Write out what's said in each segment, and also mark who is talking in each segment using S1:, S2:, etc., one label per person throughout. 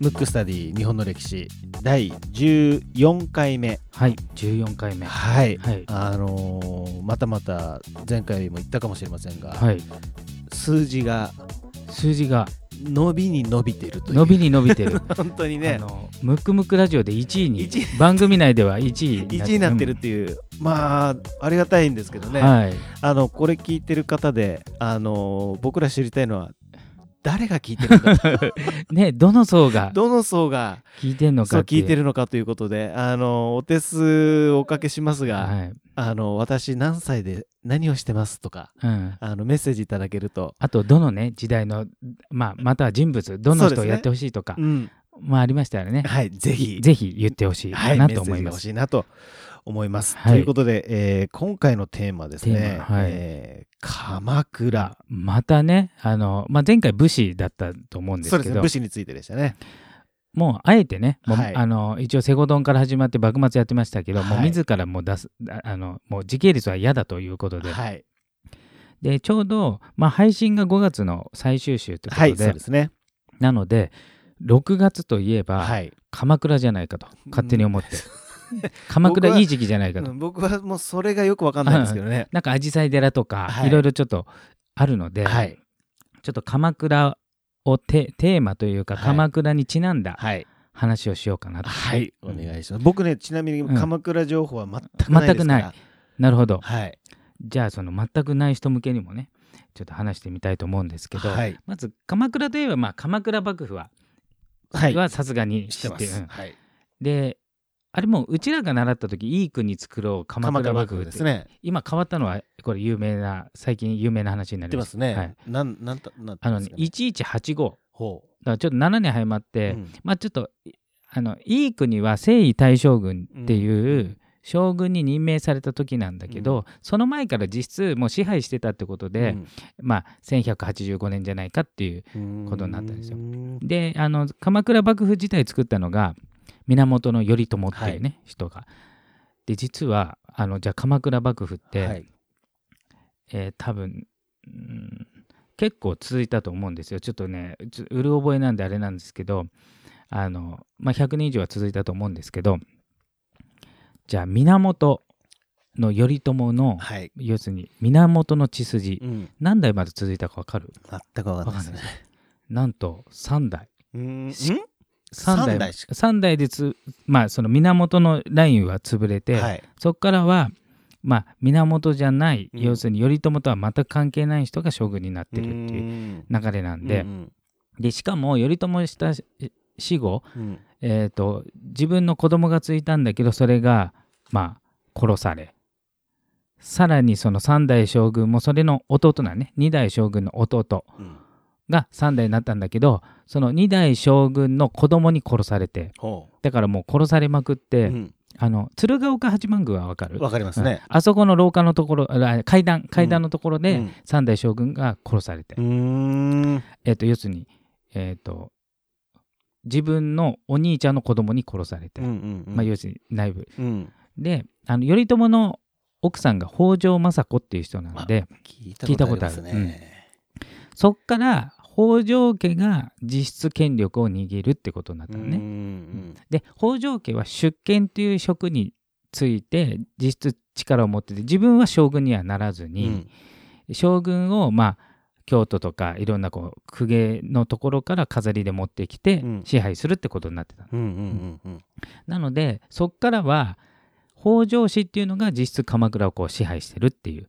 S1: ムックスタディ日本の歴史第14回目
S2: はい、14回目。
S1: はい、
S2: はい。
S1: あのーまたまた前回も言ったかもしれませんが、
S2: はい。
S1: 数字が
S2: 数字が
S1: 伸びに伸びてるという
S2: 伸びに伸びてる。
S1: 本当に
S2: あ
S1: ね
S2: のムックムックラジオで1位に
S1: 一
S2: 番組内では1位
S1: 1位になってるっていう、まあありがたいんですけど
S2: う
S1: ね、
S2: んはい。
S1: あのこれ聞いてる方で、あのー僕ら知りたいのは誰が聞いてるのか
S2: ねどの層が
S1: どの層が
S2: 聞いてんの
S1: そ
S2: か
S1: う
S2: ってい
S1: 聞いて
S2: る
S1: るのかということで、あのーお手数おかけしますが、
S2: はい。
S1: あの私何歳で何をしてますとか
S2: うん。
S1: あのメッセージいただけると、
S2: あとどのね時代のまあまたは人物ど
S1: そ
S2: の人
S1: うです
S2: を
S1: ね
S2: やってほしいとか、
S1: うん
S2: まあありましたよね。
S1: はい、ぜひ
S2: ぜひ言ってほしい
S1: はい、
S2: なと思
S1: メッセー
S2: い
S1: ジが
S2: ま
S1: 欲
S2: す。
S1: しいなと思います。
S2: はい
S1: ということで、えー今回のテーマです
S2: テ
S1: ね
S2: ー、マはい
S1: えー鎌倉。
S2: またねあのまあ前回武士だったと思うんで
S1: そ
S2: す
S1: うで
S2: け
S1: すね、
S2: ど
S1: 武士についてでしたね。
S2: もうあえてね、もう
S1: はい
S2: あの一応セゴドンから始まって幕末やってましたけど、もう
S1: はい
S2: 自らもう出すああのもう時系列は嫌だということで、
S1: はい、
S2: でちょうど、まあ、配信が5月の最終週というこ
S1: はい、
S2: とで,、
S1: そうですね。
S2: なので6月といえば、
S1: はい、
S2: 鎌倉じゃないかと勝手に思って 鎌
S1: 僕
S2: 倉
S1: はい
S2: い時期じゃないかと、
S1: うん僕はもうそれがよくわかんないんですけどね。
S2: なんか紫陽花寺とか、
S1: はい
S2: い、ろいろちょっとあるので、
S1: はい、
S2: ちょっと鎌倉をテテーマというか
S1: はい
S2: 鎌倉にちなんだ
S1: はい、
S2: 話をしようかなと、
S1: はい、お
S2: うん
S1: 願いします。僕ね、ちなみに
S2: うん
S1: 鎌倉情報は全くないですから。
S2: 全くないなるほど
S1: はい、
S2: じゃあその全くない人向けにもねちょっと話してみたいと思うんですけど、
S1: はい、
S2: まず鎌倉といえば、まあ、鎌倉幕府は
S1: はい、
S2: はさすがに
S1: 知っ
S2: 知
S1: て
S2: っ
S1: ま
S2: てる、
S1: す
S2: うん。
S1: はい、
S2: であれもううちらが習った時いい国作ろう鎌
S1: 鎌
S2: 倉
S1: 倉幕
S2: 幕府
S1: 府
S2: で
S1: ですす
S2: ね
S1: ね。
S2: 今変わったのはこれ有名な最近有名な話に
S1: 知
S2: な
S1: っ
S2: り
S1: て
S2: ま
S1: ますす
S2: は
S1: ね
S2: い。
S1: なん、なんた、なん
S2: あ
S1: た
S2: の
S1: ん
S2: ね
S1: ですかね。
S2: 1185だか
S1: ほ
S2: らちょっと7年早まっ
S1: う。
S2: て、
S1: うん
S2: まあちょっとあのいい国は征夷大将軍っていう、
S1: うん
S2: 将軍に任命された時なんだけど、
S1: う
S2: その前から実質もう支配してたってことで、まあ、1185年じゃないかっていう。
S1: うん
S2: ことになったんですよであの鎌倉幕府自体作ったのが源頼朝っていうね、人が。で実はあのじゃあ鎌倉幕府って、
S1: はい
S2: えー多分、うん結構続いたと思うんですよちょっとねちょうる覚えなんであれなんですけどあの、まあ、100年以上は続いたと思うんですけどじゃあ源の頼朝の、
S1: はい。
S2: 要するに源の血筋、
S1: うん。
S2: 何代まで続いたか分かる
S1: 全くわかんないで
S2: わか
S1: す
S2: んな
S1: ね
S2: い。なんと3代
S1: うーん。
S2: し
S1: ん
S2: 三
S1: 三
S2: 代
S1: 代しか
S2: 三代でつまあその源のラインは潰れて、
S1: はい。
S2: そこからはまあ源じゃない、
S1: うん
S2: 要するに頼朝とは全く関係ない人が将軍になってるっていう
S1: う
S2: 流れなん
S1: ん
S2: で,、
S1: うん
S2: でしかも頼朝したし死後、
S1: うん
S2: えー、と自分の子供がついたんだけどそれがまあ殺されさらにその三代将軍もそれの弟なんね二代将軍の弟
S1: うん
S2: が三代になったんだけどその二代将軍の子供に殺されて
S1: ほ
S2: だからもう殺されまくって、
S1: ううん。
S2: あの鶴岡八幡宮はわかる
S1: わかりますね
S2: うん。あそこの廊下のところあ階段階段のところで、
S1: うん
S2: 三代将軍が殺されて、
S1: うーん。
S2: えっ、と要するにえっ、と自分のお兄ちゃんの子供に殺されて、
S1: うんうん
S2: まあ要するに内部
S1: うん。
S2: であの頼朝の奥さんが北条政子っていう人なんで、
S1: 聞いたことあります
S2: 聞いたことある
S1: ね。
S2: そっから北条家が実質権力を握るってことになった
S1: う
S2: の
S1: ん
S2: ね。
S1: うん
S2: で北条家は出権という職について実質力を持ってて自分は将軍にはならず
S1: うんう
S2: に、
S1: ん
S2: 将軍をまあ京都とかいろんなこう公家のところから飾りで持ってきて
S1: うん
S2: 支配するってことになってたの、
S1: うんうんうんうん
S2: なのでそっからは北条氏っていうのが実質鎌倉をこう支配してるっていう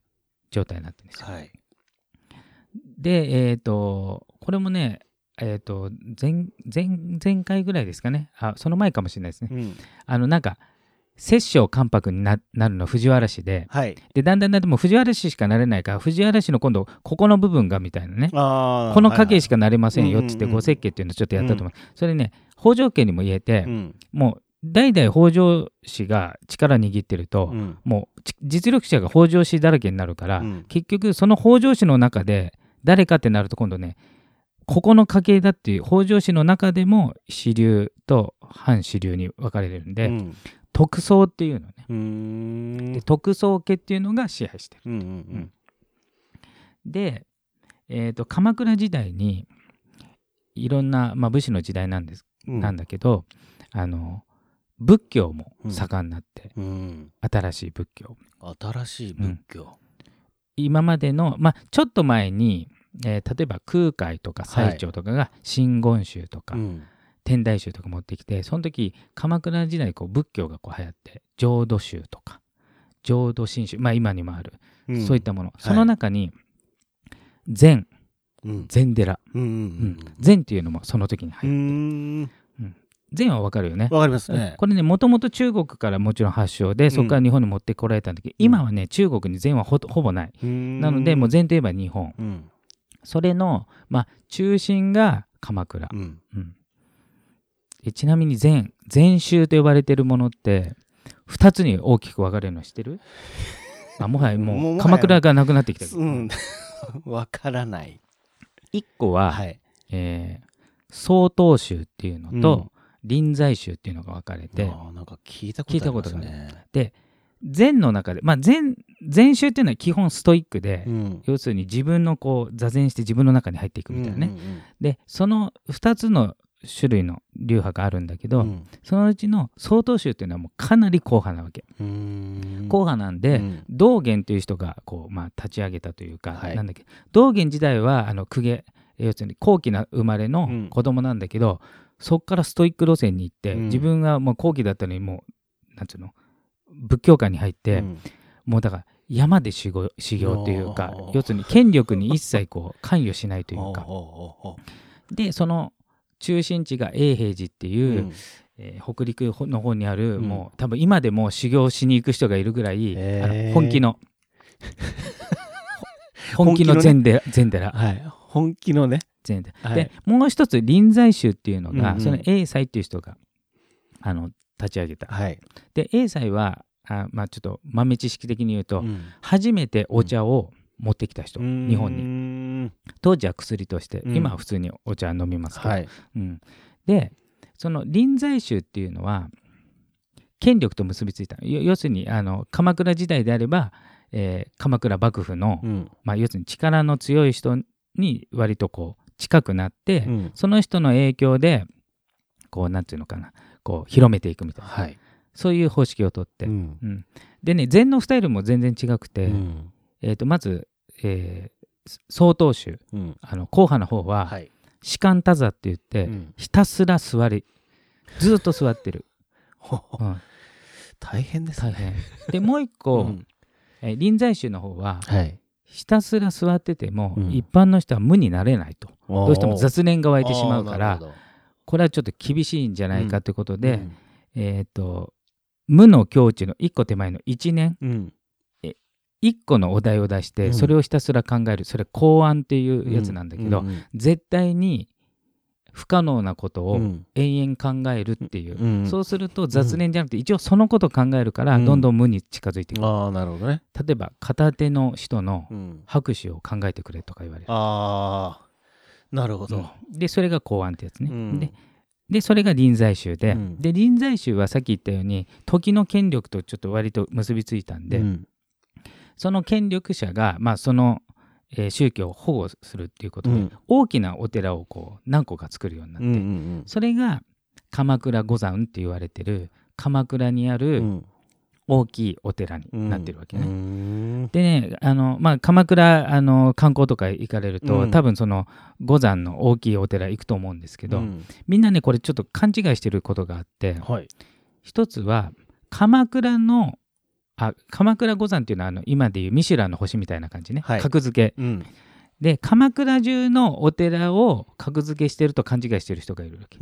S2: 状態になってるんですよ。
S1: はい。
S2: でえっ、とこれもねえっ、と前前前回ぐらいですかねあその前かもしれないですね
S1: うん
S2: あのなんか摂政関白にななるの藤原氏で
S1: はい。
S2: でだんだんだんだんもう藤原氏しかなれないから藤原氏の今度ここの部分がみたいなね
S1: ああ。
S2: この家系
S1: し
S2: しかなれませんよっつっ
S1: う
S2: て
S1: んうんうん
S2: 五石家っていうのちょっとやったと思う、それね北条家にも言えて、
S1: うん。
S2: もう代々北条氏が力握ってると、
S1: うん
S2: もうち実力者が北条氏だらけになるから、
S1: うん
S2: 結局その北条氏の中で誰かってなると今度ねここの家系だっていう北条氏の中でも支流と反支流に分かれてるんで、
S1: うん
S2: 特捜っていうのね、
S1: うーん
S2: で特捜家っていうのが支配してる
S1: うんうんうん
S2: で、ええーと鎌倉時代にいろんな、まあ、武士の時代なんです、
S1: うん
S2: なんだけどあの仏教も盛んになって、
S1: うん。
S2: 新しい仏教
S1: 新しい仏教。
S2: 今までの、まあ、ちょっと前に、えー例えば空海とか
S1: はい
S2: 最澄とかが真言宗とか、
S1: うん
S2: 天台宗とか持ってきてその時鎌倉時代こう仏教がこう流行って浄土宗とか浄土真宗まあ今にもある、
S1: ん
S2: そういっ。たものその中に禅
S1: うん。
S2: 禅寺
S1: うんうん
S2: うん禅っていうのもその時に
S1: う
S2: 入る
S1: ん。うーん。
S2: 禅はわかるよね
S1: わかりますね。
S2: これねもともと中国からもちろん発祥でそこから日本に持ってこられたんだけど、今はね中国に禅はほとほぼない、な
S1: な
S2: のでもう禅といえば日本
S1: うん。
S2: それの、まあ、中心が鎌倉、
S1: うん。
S2: うんでちなみに禅禅宗と呼ばれてるものって2つに大きく分かれるの知っ てるあもはや
S1: もうもは
S2: もう
S1: や
S2: 鎌倉がなくなってきたけど、
S1: うん。わからない。
S2: 1個は、
S1: はい。
S2: えー曹洞宗っていうの
S1: うん
S2: と、臨済宗っていうのが分かれて、
S1: ああなんか聞いたことありますね。
S2: 禅の中で、まあ、禅禅宗っていうのは基本ストイックで、
S1: うん。
S2: 要するに自分のこう座禅して自分の中に入っていくみたいなね、でその2つの種類の流派があるんだけ
S1: う
S2: ど、
S1: ん。
S2: そのうちの曹洞宗っていうのはもうかなり硬派なわけ、
S1: うん。
S2: 硬派なんで、
S1: うん
S2: 道元という人がこう、まあ、立ち上げたというか、
S1: はい
S2: なんだっけ道元時代はあの公家要するに高貴な生まれ
S1: う
S2: の
S1: ん
S2: 子供なんだけど、そこからストイック路線に行って、
S1: うん
S2: 自分がもう高貴だったのにもうなんつうの仏教界に入って、
S1: うん
S2: もうだから山で修行修行というか
S1: おー
S2: 要するに権力に一切こう関与しないとい
S1: お
S2: う
S1: う
S2: か
S1: おうおうおう
S2: でその中心地が永平寺っていう、
S1: うん
S2: えー北陸の方にある、
S1: うん
S2: もう多分今でも修行しに行く人がいるぐらい、
S1: へー
S2: あの本 気の
S1: 本
S2: ほ本
S1: 気
S2: 気
S1: のね
S2: の禅寺禅寺
S1: はい。本気のね。
S2: 禅寺、
S1: はい
S2: でもう一つ臨済宗っていうの
S1: う
S2: が、
S1: んうん
S2: その永才っていう人があの立ち上げた
S1: はい。
S2: で永才はあまあちょっと豆知識的に言うと、
S1: うん
S2: 初めてお茶を持ってきた人、日本に
S1: に。
S2: 当時は薬として、
S1: うん
S2: 今は普通にお茶飲みますけど、
S1: はい。
S2: うん、でその臨済宗っていうのは権力と結びついたよ要するにあの鎌倉時代であれば、えー鎌倉幕府の、
S1: うん。
S2: まあ、要するに力の強い人に割とこう近くなって、
S1: うん
S2: その人の影響でこうなんていうのかなこう広めていくみたいな、
S1: はい。
S2: そういう方式をとって、
S1: うん
S2: うんでね禅のスタイルも全然違くて、
S1: うん
S2: えー、とまず、えー曹洞宗
S1: うん
S2: あの硬派の方は、
S1: はい。
S2: 士官多座って言って、
S1: うん
S2: ひたすら座りずっと座って る、
S1: ほほ
S2: うん、
S1: 大変です
S2: 大
S1: ね。
S2: 変でもう一個、
S1: うん
S2: えー臨済宗の方は
S1: はい。
S2: ひたすら座ってても、
S1: うん
S2: 一般の人は無になれないと
S1: ど
S2: どうしても雑念が湧
S1: 書
S2: いてしまうからこれはちょっと厳しいんじゃないかということで、えっ、と無の境地の一個手前の一年
S1: うん。
S2: 一個のお題を出して、
S1: うん
S2: それをひたすら考えるそれ公案っていうやつなんだけど、
S1: う
S2: 絶対に不可能なこと
S1: う
S2: を
S1: ん
S2: 延々考えるっていう、
S1: うん
S2: そうすると雑念じゃなくて一応そのことを考えるから
S1: うん
S2: どんどん無に近づいていく、
S1: ああ、なるほどね。
S2: 例えば片手の人の
S1: うん
S2: 拍手を考えてくれとか言われる、
S1: ああ、なるほど。
S2: うんでそれが公安ってやつね、
S1: うん
S2: ででそれが臨済宗で、
S1: うん
S2: で臨済宗はさっき言ったように時の権力とちょっと割と結びついたんで、
S1: うん
S2: その権力者が、まあ、その、えー宗教を保護するっていうことで、
S1: うん
S2: 大きなお寺をこう何個か作るようになって、
S1: うんうん
S2: それが鎌倉五山って言われてる鎌倉にあ
S1: う
S2: る
S1: ん
S2: 大きいお寺に
S1: うん
S2: なってるわけね。
S1: うん
S2: でねあの、まあ、鎌倉あの観光とか行かれると、
S1: うん
S2: 多分その五山の大きいお寺行くと思うんですけど、
S1: うん
S2: みんなねこれちょっと勘違いしてることがあって
S1: はい。
S2: 一つは鎌倉のあ鎌倉五山っていうのはあの今でいうミシュランの星みたいな感じね、
S1: はい
S2: 格付け
S1: うん。
S2: で鎌倉中のお寺を格付けしてると勘違いしてる人がいるわけ
S1: ああ、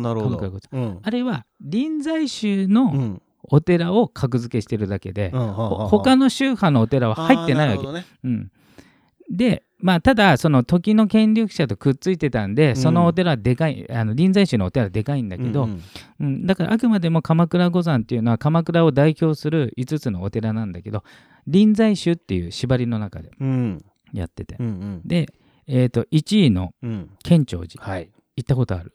S1: なるほ
S2: 鎌倉
S1: ど
S2: 五。
S1: うん
S2: あれは臨済宗
S1: う
S2: の
S1: ん
S2: お寺を格付けしてるだけで、
S1: うん
S2: ほ他
S1: の
S2: の宗派のお寺は入ってないわけうん、でまあただその時の権力者とくっついてたんで、
S1: ん
S2: そのお寺はでかいあの臨済宗のお寺はでかいんだ
S1: だ
S2: けど、うんだからあくまでも鎌倉五山っていうのは鎌倉を代表する5つのお寺なんだけど臨済宗っていう縛りの中で
S1: うん
S2: やってて、
S1: うんうん
S2: で、えー、と1位の
S1: うん。
S2: 建長寺
S1: はい。
S2: 行ったことある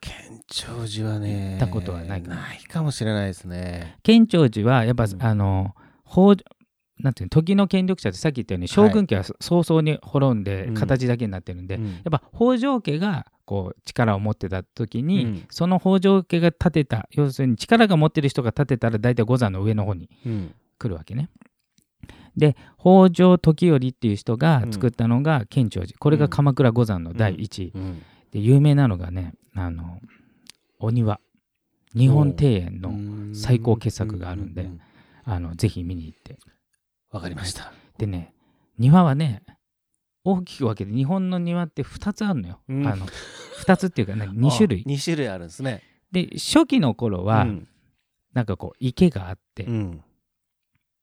S1: 県庁寺はね、
S2: 行ったことはないかな
S1: ないかもしれないですね。
S2: 建長寺はやっぱ、
S1: うん
S2: あの法なんていうの時の権力者ってさっき言ったように将軍家は早々に滅んで
S1: うん
S2: 形だけになってるんで、
S1: うん
S2: やっぱ北条家がこう力を持ってた時に、
S1: うん
S2: その北条家が建てた要するに力が持ってる人が建てたら大体五山の上の方に
S1: うん
S2: 来るわけね。で北条時頼っていう人が作ったのが建長寺これが鎌倉五山の第一位、
S1: うん
S2: で有名なのがねあのお庭日本庭園の、
S1: うん
S2: 最高傑作があるんで
S1: ううう
S2: あのぜひ見に行って
S1: わかりました。
S2: でね庭はね大きく分けて日本の庭って2つあるのよ、
S1: うん
S2: あの2つっていうか何2種類
S1: 2種類あるんですね。
S2: で初期の頃は、
S1: うん
S2: なんかこう池があって、
S1: うん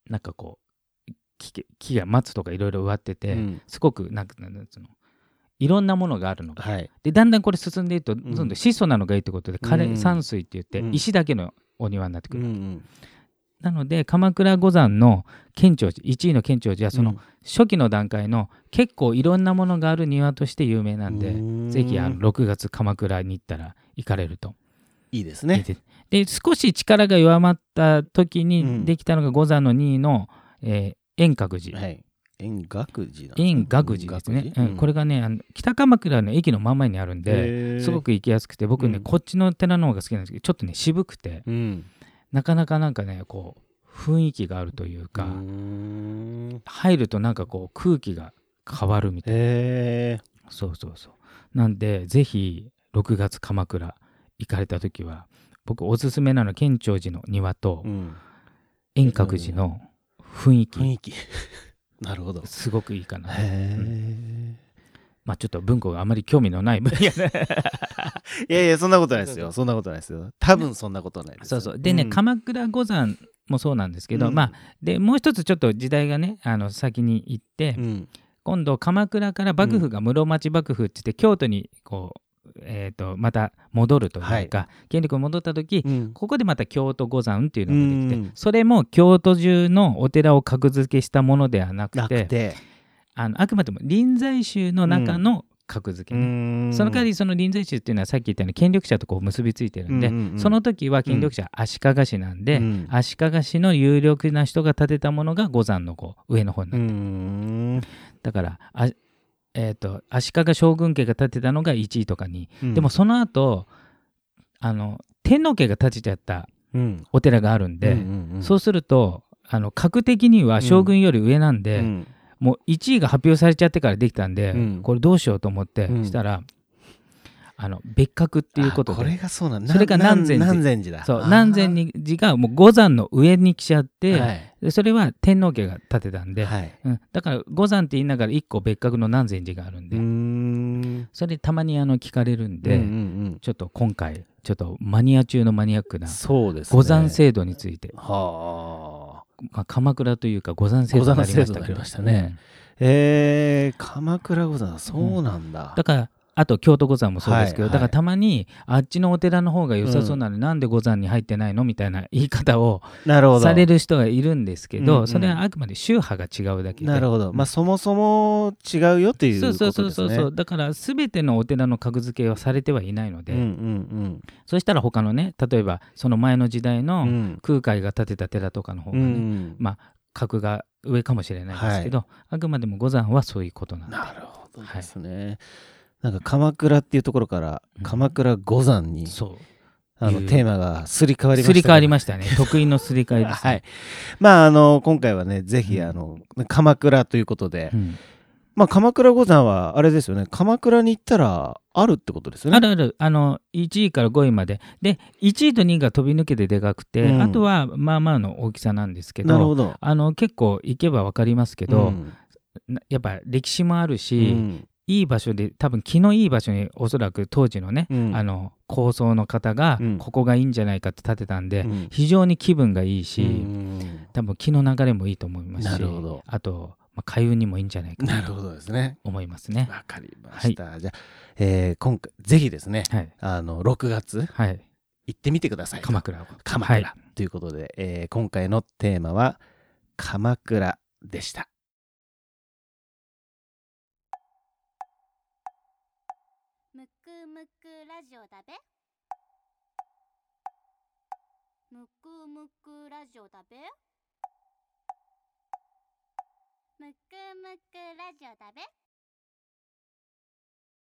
S2: なんかこう木木が松とかいろいろ植わってて、
S1: うん
S2: すごくなんかなんつうのいろんなものがあるのが
S1: はい。
S2: でだんだんこれ進んでいくと、
S1: ん
S2: どんどん質素なのがいいってことで枯
S1: う
S2: れ
S1: ん
S2: 山水って言って、
S1: うん
S2: 石だけのお庭になってく
S1: う
S2: る、
S1: ん
S2: なので鎌倉五山の建長寺1位の建長寺はその、初期の段階の結構いろんなものがある庭として有名なんで、ぜひあの
S1: の
S2: 6月鎌倉に行ったら行かれると。
S1: いいですね。
S2: で少し力が弱まった時
S1: う
S2: に
S1: ん
S2: できたのが五山の2位の、えー円覚寺。
S1: はい。円覚寺なんですね
S2: 円覚寺ですね、うんこれがねあの北鎌倉の駅の真ん前にあるんで、すご
S1: く、
S2: く行きやすくて僕ね、
S1: うん
S2: こっちの寺の方が好きなんですけどちょっとね渋くて
S1: うん、
S2: なかなかなんかねこう雰囲気があるというか、
S1: うーん
S2: 入るとなんかこう空気が変わるみたいな
S1: へえ。
S2: そうそうそう。なんで、ぜひ、6月鎌倉行かれた時は、僕おすすめなの、建長寺の庭と
S1: う、ん
S2: 円覚寺の雰
S1: 雰
S2: 囲気、
S1: 囲気。 なるほど。へ
S2: すごくいいかな。
S1: え。
S2: まあちょっと文庫があまり興味 のない分野で。
S1: いやいや、そんなことないですよ。そんなことないですよ。多分そんなことないです
S2: そ
S1: よ。
S2: うそう。でね、
S1: ん
S2: 鎌倉五山もそうなんですけど、
S1: うん
S2: まあ、で、もう一つちょっと時代がね、あの、先に行って、
S1: うん
S2: 今度、鎌倉から幕府が室町幕府って言って、京都に、こう、えっ、と、また戻るというか、権力が戻った時、
S1: うん
S2: ここでまた京都五山っていうのがで
S1: う
S2: きて
S1: ん
S2: それも京都中のお寺を格付けしたものではなく
S1: な
S2: て
S1: くて。
S2: あのあくまでも臨済宗の中の格付けね、そ
S1: そ
S2: の代わりその臨済宗っていうのはさっき言ったように権力者とこう結びついてるんで、
S1: うんうんうん
S2: その時は権力者足利氏なんで、
S1: うん
S2: 足利氏の有力な人が建てたものが五山のこう上の方にな
S1: う
S2: る、
S1: ん
S2: だからあ、えー、と足利将軍家が建てたのが1位とかに、
S1: うん
S2: でもその後あの天皇家が建てちゃった
S1: うん
S2: お寺があるんで、
S1: うんうんうん
S2: そうすると、あの格的には将軍より上なんで、
S1: うん
S2: もう1位が発表されちゃってからできたんで、
S1: うん
S2: これどうしようと思って、
S1: うん
S2: したら、あの別格っていうこと
S1: あこれ
S2: で、
S1: がそうなん
S2: それが南禅寺
S1: 南禅寺だ
S2: そう南禅寺がもう五山の上に来ちゃって、
S1: あーはい
S2: でそれは天皇家が建てたんで、
S1: はい
S2: うん、だから五山って言いながら1個別格の南禅寺があるんで、
S1: うーん
S2: それたまにあの聞かれるんで、
S1: うんうん
S2: ちょっと今回、ちょっとマニア中のマニアック
S1: うん
S2: な
S1: そうですね
S2: 五山制度について、
S1: はあ
S2: まあ、鎌倉というか五山制度になりましたけ
S1: 五山制
S2: ど
S1: 度になりましたねえー、鎌倉五山そうなんだ、
S2: だからあと京都五山もそうですけど、
S1: はいはい
S2: だからたまにあっちのお寺の方が良さそうなのに、なんで五山に入ってないのみたいな言い方を
S1: なるほど
S2: される人がいるんですけど、
S1: うんうん
S2: それはあくまで宗派が違うだけで
S1: なるほどまあそもそも違うよっていうこと
S2: そう
S1: ですね
S2: そうそうそうそう
S1: う
S2: だから全てのお寺の格付けはされてはいないので、
S1: んうん
S2: そしたら他のね例えばその前の時代
S1: うんう
S2: の
S1: ん
S2: 空海が建てた寺とかの方
S1: う
S2: がね、
S1: ん
S2: ま格が上かもしれないですけど、あくまでも五山はそういうことなんで
S1: なるほどですね、なんか鎌倉っていうところから鎌倉五山に、
S2: そ
S1: あの
S2: いう
S1: テーマがすり替わりましたけど
S2: すり替わりましたね得意のすり替えですね、
S1: はい、まああの今回はねぜひ
S2: うん
S1: あの、鎌倉ということで、
S2: うん
S1: まあ鎌倉五山はあれですよね鎌倉に行ったらあるってことですよね
S2: あるあるあの1位から5位までで1位と2位が飛び抜けてでかくて、
S1: うん
S2: あとはまあまあの大きさなんですけど
S1: なるほど
S2: あの結構行けば分かりますけど、
S1: うん
S2: なやっぱ歴史もあるし、
S1: うん
S2: いい場所で多分気のいい場所におそらく当時のね、
S1: うん
S2: あの構想の方が
S1: うん
S2: ここがいいんじゃないかって建てたんで、
S1: うん
S2: 非常に気分がいいし、
S1: うん
S2: 多分気の流れもいいと思いますし
S1: なるほど
S2: あと、まあ、開運にもいいんじゃないか
S1: な
S2: な
S1: る
S2: と
S1: ほどですね
S2: 思います ね。
S1: わかりました、じゃあ、えー今回ぜひですね
S2: はい、
S1: あの6月
S2: はい、
S1: 行ってみてください
S2: 鎌倉を
S1: 鎌
S2: は
S1: 倉、
S2: い
S1: ということで、えー今回のテーマは「鎌倉」でした。
S3: むくむくラジオだべむくむくラジオだべむくむくラジオだべ